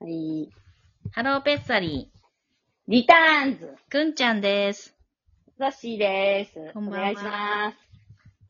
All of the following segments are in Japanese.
はい。ハローペッサリリターンズー、くんちゃんです。ザッシーです。こんばんはお願いします。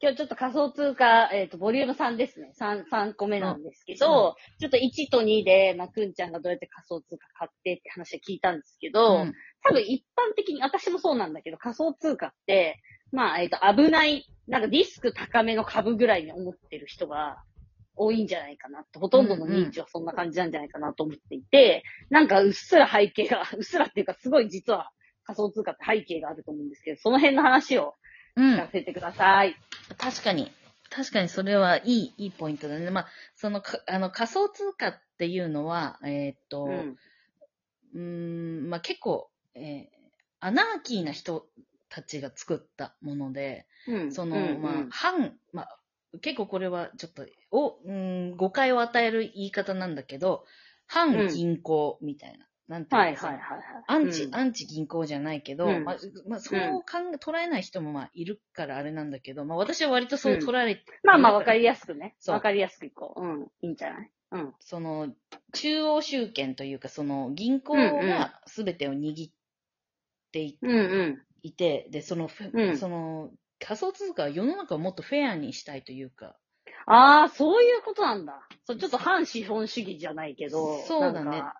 今日ちょっと仮想通貨、えっ、と、ボリューム3ですね。3、3個目なんですけど、ちょっと1と2で、まあ、くんちゃんがどうやって仮想通貨買ってって話を聞いたんですけど、うん多分一般的に、私もそうなんだけど、仮想通貨って、まあ、えっ、と、危ない、なんかリスク高めの株ぐらいに思ってる人が多いんじゃないかなって、ほとんどの認知はそんな感じなんじゃないかなと思っていて、なんかうっすら背景が、 うっすらっていうかすごい実は仮想通貨って背景があると思うんですけど、その辺の話をう聞かん。せてください。確かに。確かにそれはいい、いいポイントだね。まあ、その、かあの、仮想通貨っていうのは、えーっと、う。うんーん、んまあ結構、えーアナーキーな人たちが作ったもので、うん。その、うんうんまあ、反、まあ、結構これはちょっと、お、うん、誤解を与える言い方なんだけど、反銀行みたいな。なんていうのはいはいそはいのはい。アンチ、うんアンチ銀行じゃないけど、うんまあ、まあ、そう考え、捉えない人もまあ、いるからあれなんだけど、まあ、私は割とそううん捉え、まあまあわかりやすくね。そうわかりやすくいこう。うん。いいんじゃないうん。その、中央集権というか、その、銀行うんうんが全てを握っていてうんうん。いて、で、その、ふうんその、仮想通貨は世の中をもっとフェアにしたいというか、ああ、そういうことなんだ。そうちょっと反資本主義じゃないけど、そうだねなんか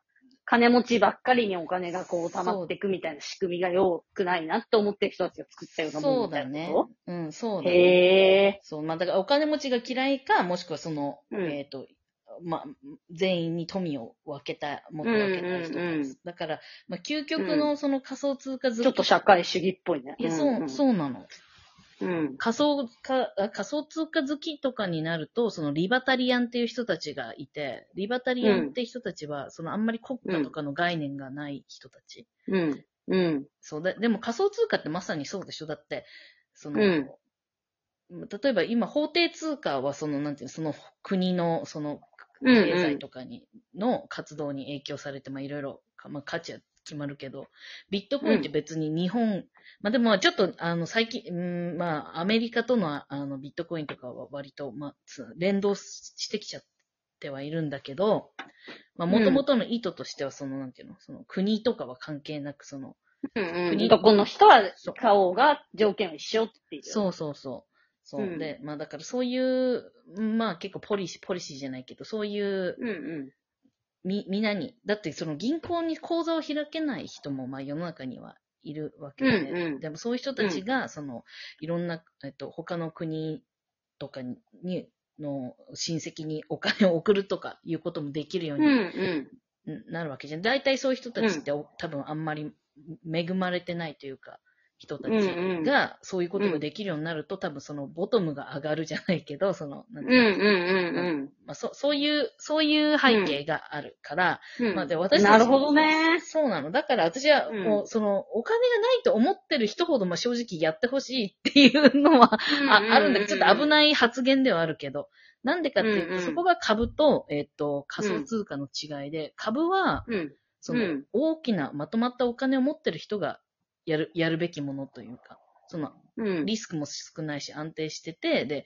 金持ちばっかりにお金がこう溜まっていくみたいな仕組みが良くないなって思ってる人たちが作ったようなもんそうみただいなねこ。うん、そうとだね。へえ。そう、まあ、だからお金持ちが嫌いか、もしくはその、うんえっ、と、まあ、全員に富を分けたい、もっと分けたい人うんうんでうす。だから、まあ、究極のその仮想通貨ずちょっと社会主義っぽいね。いや、そう、うそうなの。ん。うん。仮想か、あ仮想通貨好きとかになると、そのリバタリアンっていう人たちがいて、リバタリアンって人たちは、そのあんまり国家とかの概念がない人たち。うん。うん。そうだ、でも仮想通貨ってまさにそうでしょだって、その、うん例えば今法定通貨はその、なんていうのその国の、その、うんうん経済とかに、の活動に影響されて、まあいろいろ、かまあ価値は決まるけど、ビットコインって別に日本、まあでもちょっと、あの、最近、うんまあアメリカとの、ああの、ビットコインとかは割と、まあ、つ連動してきちゃってはいるんだけど、まあ元々の意図としては、その、なんていうの、その国とかは関係なく、その、うんう国ん。どこの人はそう買おうが条件は一緒っていう。そうそうそう。そうう、んで、まあだからそういう、まあ結構ポリシー、ポリシーじゃないけど、そういう、うんうみ、みんなに、だってその銀行に口座を開けない人も、まあ世の中にはいるわけで、うんうん。でもそういう人たちが、その、いろんな、えっと、他の国とかに、の親戚にお金を送るとかいうこともできるようんうんにうん。なるわけじゃん。大体そういう人たちって、お多分あんまり恵まれてないというか、人たちうんうんが、そういうことができるようになると、多分そのボトムが上がるじゃないけど、その、なうんんていうのうんうんまあ、そそういう、そういう背景があるから、うん。まあでうん私たちなるほどね。そうなの。だから私は、うんもう、その、お金がないと思ってる人ほど、まあ正直やってほしいっていうのは、ああるんだけど、ちょっと危い。ない発言ではあるけど、なんでかっていうと、うんうんそこが株と、えっ、と、仮想通貨の違いで、株は、うん。その、うん大きなまとまったお金を持ってる人がやる、やるべきものというか、その、うん。リスクも少ないし安定してて、で、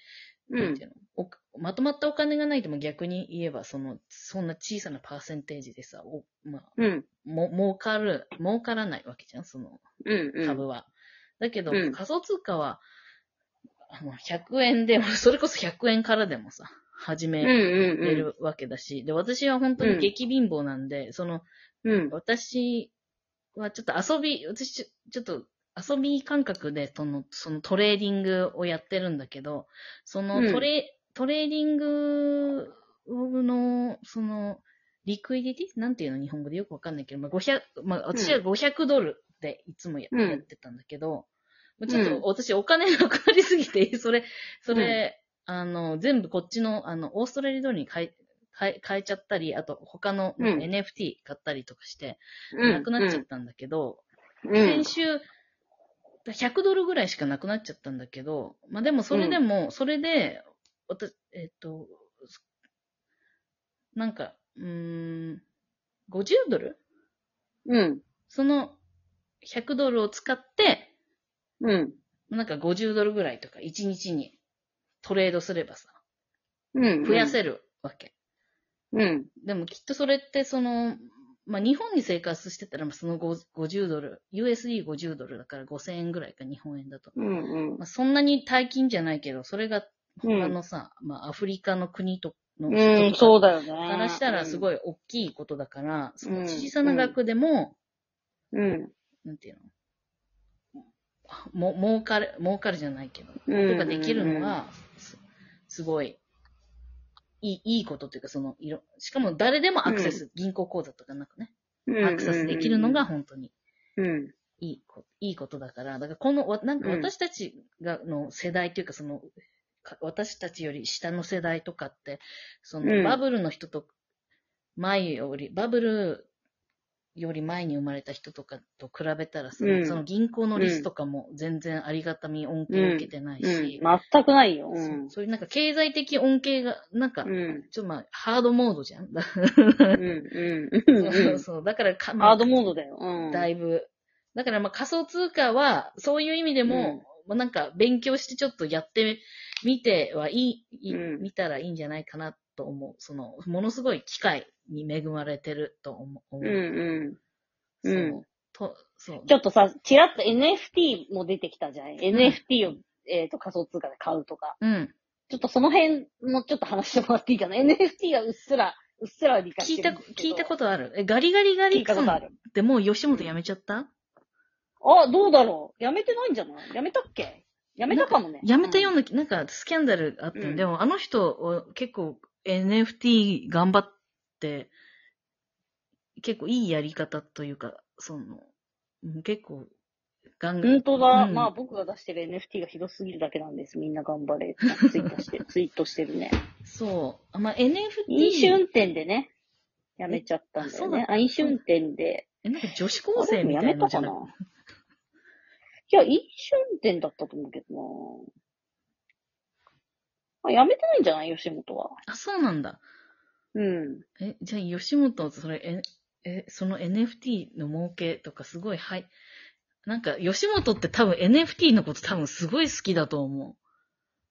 うんなんていうのおまとまったお金がないとも逆に言えば、その、そんな小さなパーセンテージでさ、おまあ、うん。も、儲かる、儲からないわけじゃん、その、うんうん。株は。だけど、うん仮想通貨は、あの、100円でも、 それこそ100円からでもさ、始うんめれるわけだし、で、私は本当に激貧乏なんで、その、うんうん。私はちょっと遊び、私ちょちょっと遊び感覚でそのそのトレーディングをやってるんだけど、そのうんトレ,、トレーディングの、その、リクイディティなんていうの日本語でよくわかんないけど、まあ、500、まあ、私は500ドルでいつもや,、うんやってたんだけど、もうちょっと私お金がかかりすぎて、それ、それ、あの、全部こっちの、あの、オーストラリアドルに変え、変え、変えちゃったり、あと他のうん NFT 買ったりとかして、うん。なくなっちゃったんだけど、うん。うん先週、100ドルぐらいしかなくなっちゃったんだけど、まあでもそれでも、それで、私、えっと、なんか、うーん、50ドルうん。その100ドルを使って、うん。なんか50ドルぐらいとか、1日にトレードすればさ、うん。増やせるわけ。うん。でもきっとそれってその、まあ日本に生活してたら、まあその5 50ドル、USD50 ドルだから5000円ぐらいか、日本円だと。うんうんまあ、そんなに大金じゃないけど、それがうん他のさ、まあアフリカの国とのうん、とそうだよね。かからしたらすい。ごい大きいことだから、そのうん小さな額でも、うん。なんていうのも、儲かる、儲かるじゃないけど、うんとかできるのが、すすごい、いい、いいことっていうか、その、いろ、しかも誰でもアクセス、銀行口座とかなんかね、アクセスできるのが、本当にうん。いいこ、いいことだから、だからこの、わなんかうん私たちが、の世代っていうか、その、か私たちより下の世代とかって、その、うんバブルの人と、前より、バブルより前に生まれた人とかと比べたらさ、うんその銀行のリスとかも全然ありがたみ恩恵を受けてないうんし、、全くないよ。うそん。そういうなんか経済的恩恵が、なんか、うん。ちょっとまあ、ハードモードじゃん。だ うん。うん。うんそううんそう、だからか、まあハードモードだよ。うん。だいぶ。だからまあ仮想通貨は、そういう意味でも、うんまあなんか勉強してちょっとやってみてはいい、いうん見たらいいんじゃないかなと思う。その、ものすごい機会に恵まれてると思う。うんうん。そうのと、そう。ちょっとさ、ちらっと NFT も出てきたじゃない ?NFT を、えっと仮想通貨で買うとか。うん。ちょっとその辺もちょっと話してもらっていいかな ?NFT はうっすら、うっすらは理解聞しいてた、るんですけど。聞いたことある。え、ガリガリガ聞リいた君ことあっる。てもう吉本辞めちゃったあ、どうだろうやめてないんじゃないやめたっけやめたかもね。辞めたよううな、なんかスキャンダルあったうよんでもあの人を結構 NFT 頑張って、結構いいやり方というか、その、うん結構、ガンんガン本、当だ。うんまあ僕が出してる NFT がひどすぎるだけなんです。みんな頑張れ。ツイート して、ツイートしてるね。そう。あまあ、NFT、飲酒運転でね、やめちゃったんだあそようだっね。たあ、飲酒運転で。えなんか女子あ高れ生もみやたいめなのたじゃかなないいや、飲酒運転だったと思うけどなあ、やめてないんじゃない吉本は。あ、そうなんだ。うん。え、じゃあ吉本、それ、え、え、その NFT の儲けとかすごい、はい。なんか、吉本って多分 NFT のこと多分すごい好きだと思う。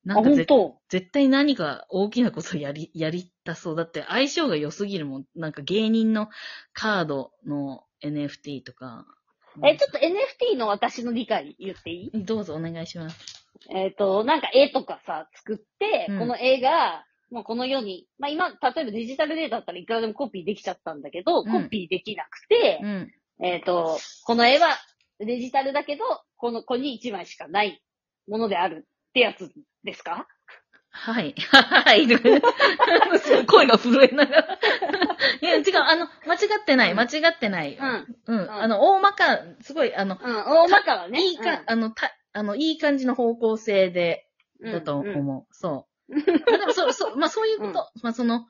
あ、なんか本絶当絶対何か大きなことやり、 やりたそう。だって相性が良すぎるもん。なんか芸人のカードの NFT とか。え、ちょっと NFT の私の理解言っていいどうぞお願いします。えっ、と、なんか絵とかさ、作って、うんこの絵が、もうこの世に、まあ今、例えばデジタルデータだったらいくらでもコピーできちゃったんだけど、うんコピーできなくてう、ん。えっ、と、この絵はデジタルだけど、この子に1枚しかないものであるってやつですか。はい。はい。 声が震えながら。いや、違う。あの、間違ってない。間違ってないうん。うん。んあの、大まか、すごい、あの、うん。大まかはね。いいか、あの、た、あの、いい感じの方向性で、うん、だと思う。うんそう。まあでも、そう、 そう、まあそういうこと。うんまあその、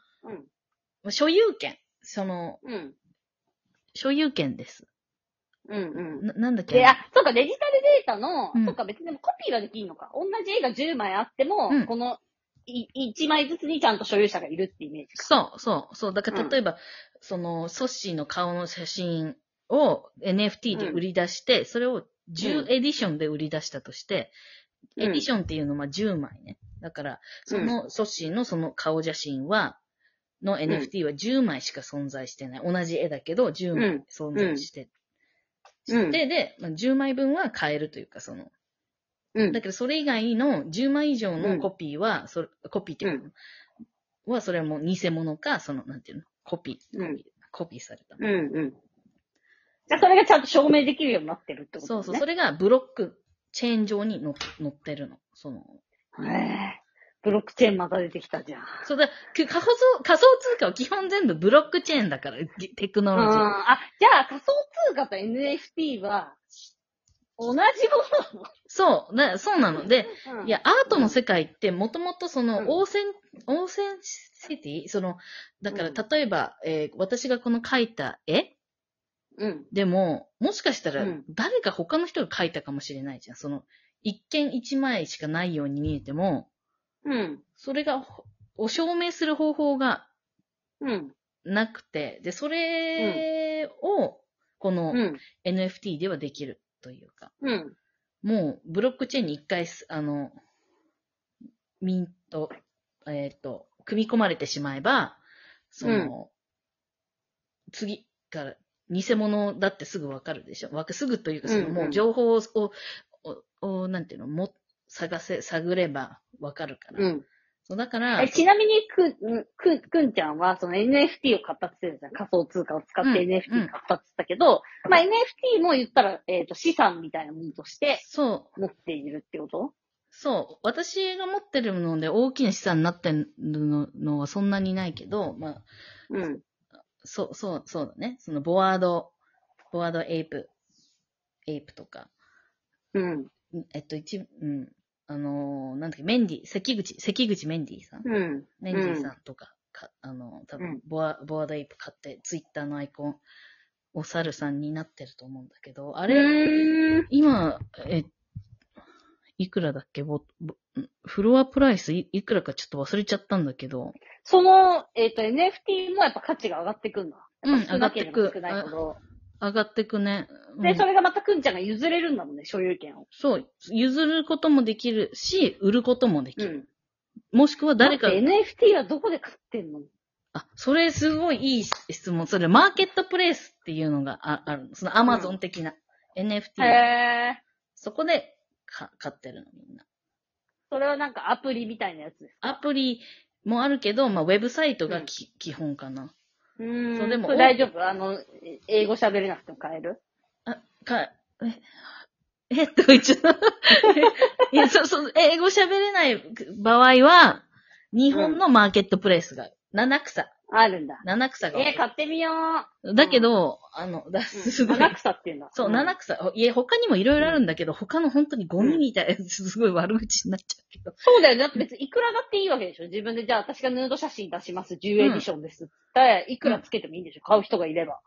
うん。所有権。その、うん。所有権です。うん。うん。ななんだっけで、あ、そうか、デジタルデータの、うんそうか、別にでもコピーができんのか。同じ絵が10枚あっても、うんこの、い、1枚ずつにちゃんと所有者がいるってイメージか。そう、そう、そう。だからうん例えば、その、ソッシーの顔の写真を NFT で売り出して、それをう10んエディションで売り出したとして、うんエディションっていうのは10枚ね。だから、そのソッシーのその顔写真は、の NFT は10枚しか存在してない。同じ絵だけど、10枚存在して。うんで、で、まあ10枚分は買えるというか、その、うんだけど、それ以外の10枚以上のコピーは、それコピーっていうか、は、それはもう偽物か、その、なんていうの、コピー、コうんピーコピーされた。うんうん。じゃあそれがちゃんと証明できるようになってるってことそうね。そう、それがブロックチェーン上にの載ってるの。その、へえブロックチェーンまた出てきたじゃん。そうだ、く仮想通仮想通貨は基本全部ブロックチェーンだから、ぎテクノロジあーー。あ、じゃあ仮想通貨と NFT は、同じもそう、だそうなの。で、の、いや、、アートの世界って、もともとそのう、んオーセン、オーセンシティその、だかうんら、例えば、えー私がこの描いた絵うん。でも、もしかしたらうん、誰か他の人が描いたかもしれないじゃん。その、一見一枚しかないように見えても、うん。それがほ、を証明する方法がうん。なくて、で、それを、このうん。 NFT ではできるというか、うん。もう、ブロックチェーンに一回す、あの、ミント、えっ、と、組み込まれてしまえば、その、次、から、偽物だってすぐわかるでしょわかすぐというか、そのうんうんもう情報を、おおなんていうの、も、探せ、探ればわかるから。うん。そうだから、 えちなみにくん、く、くんちゃんは、その NFT を買ったって言ってたじゃん。仮想通貨を使ってうん NFT うん買ったって言ったけど、まあ、NFT も言ったら、えっ、と、資産みたいなものとしてそう、持っているってことそう。私が持ってるので大きな資産になってるののはそんなにないけど、まあ、うん。そう、そう、そうだね。そのボワード、ボワードエイプ、エイプとか、うん。んえっと、一、うん、あのーなんだっけ、メンディ、関口、関口メンディさん、うん。メンディさんとか、かあのー多う分んボワ、ボワードエイプ買って、ツイッターのアイコン、お猿さんになってると思うんだけど、ああれ、れ今、え、いくらだっけぼぼんフロアプライスいいくらかちょっと忘れちゃったんだけど、その、えっ、と、NFT もやっぱ価値が上がってくんだ。うん少なければ上がって少くないほど。上がってくね。うんで、それがまたくんちゃんが譲れるんだもんね、所有権を。そう、譲ることもできるし、売ることもできうる。ん。もしくは誰かだっ、て NFT はどこで買ってんのあ、それすごいいい質問。それ、マーケットプレイスっていうのがああるの。そのアマゾン的な、NFT。へー。そこでか買ってるの、みんな。それはなんかアプリみたいなやつです。アプリもあるけど、まあ、ウェブサイトがき、基本かな。うーん。そうでもこれ大丈夫あの、え英語喋れなくても買えるあ、か、え、え っと、一応、 いや、そうそう、英語喋れない場合は、日本のマーケットプレイスがある、七草。あるんだ。七草があるえー、買ってみよう。だけど、あの、だ、すうん、ごい。七草っていうんだ。そう、ん七草。いや、他にもいろいろあるんだけど、他の本当にゴミみたいなやつ、すごい悪口になっちゃうけど。そうだよね。だって別にいくらだっていいわけでしょ。自分でじゃあ私がヌード写真出します。10エディションです。っていくらつけてもいいんでしょ。買う人がいれば。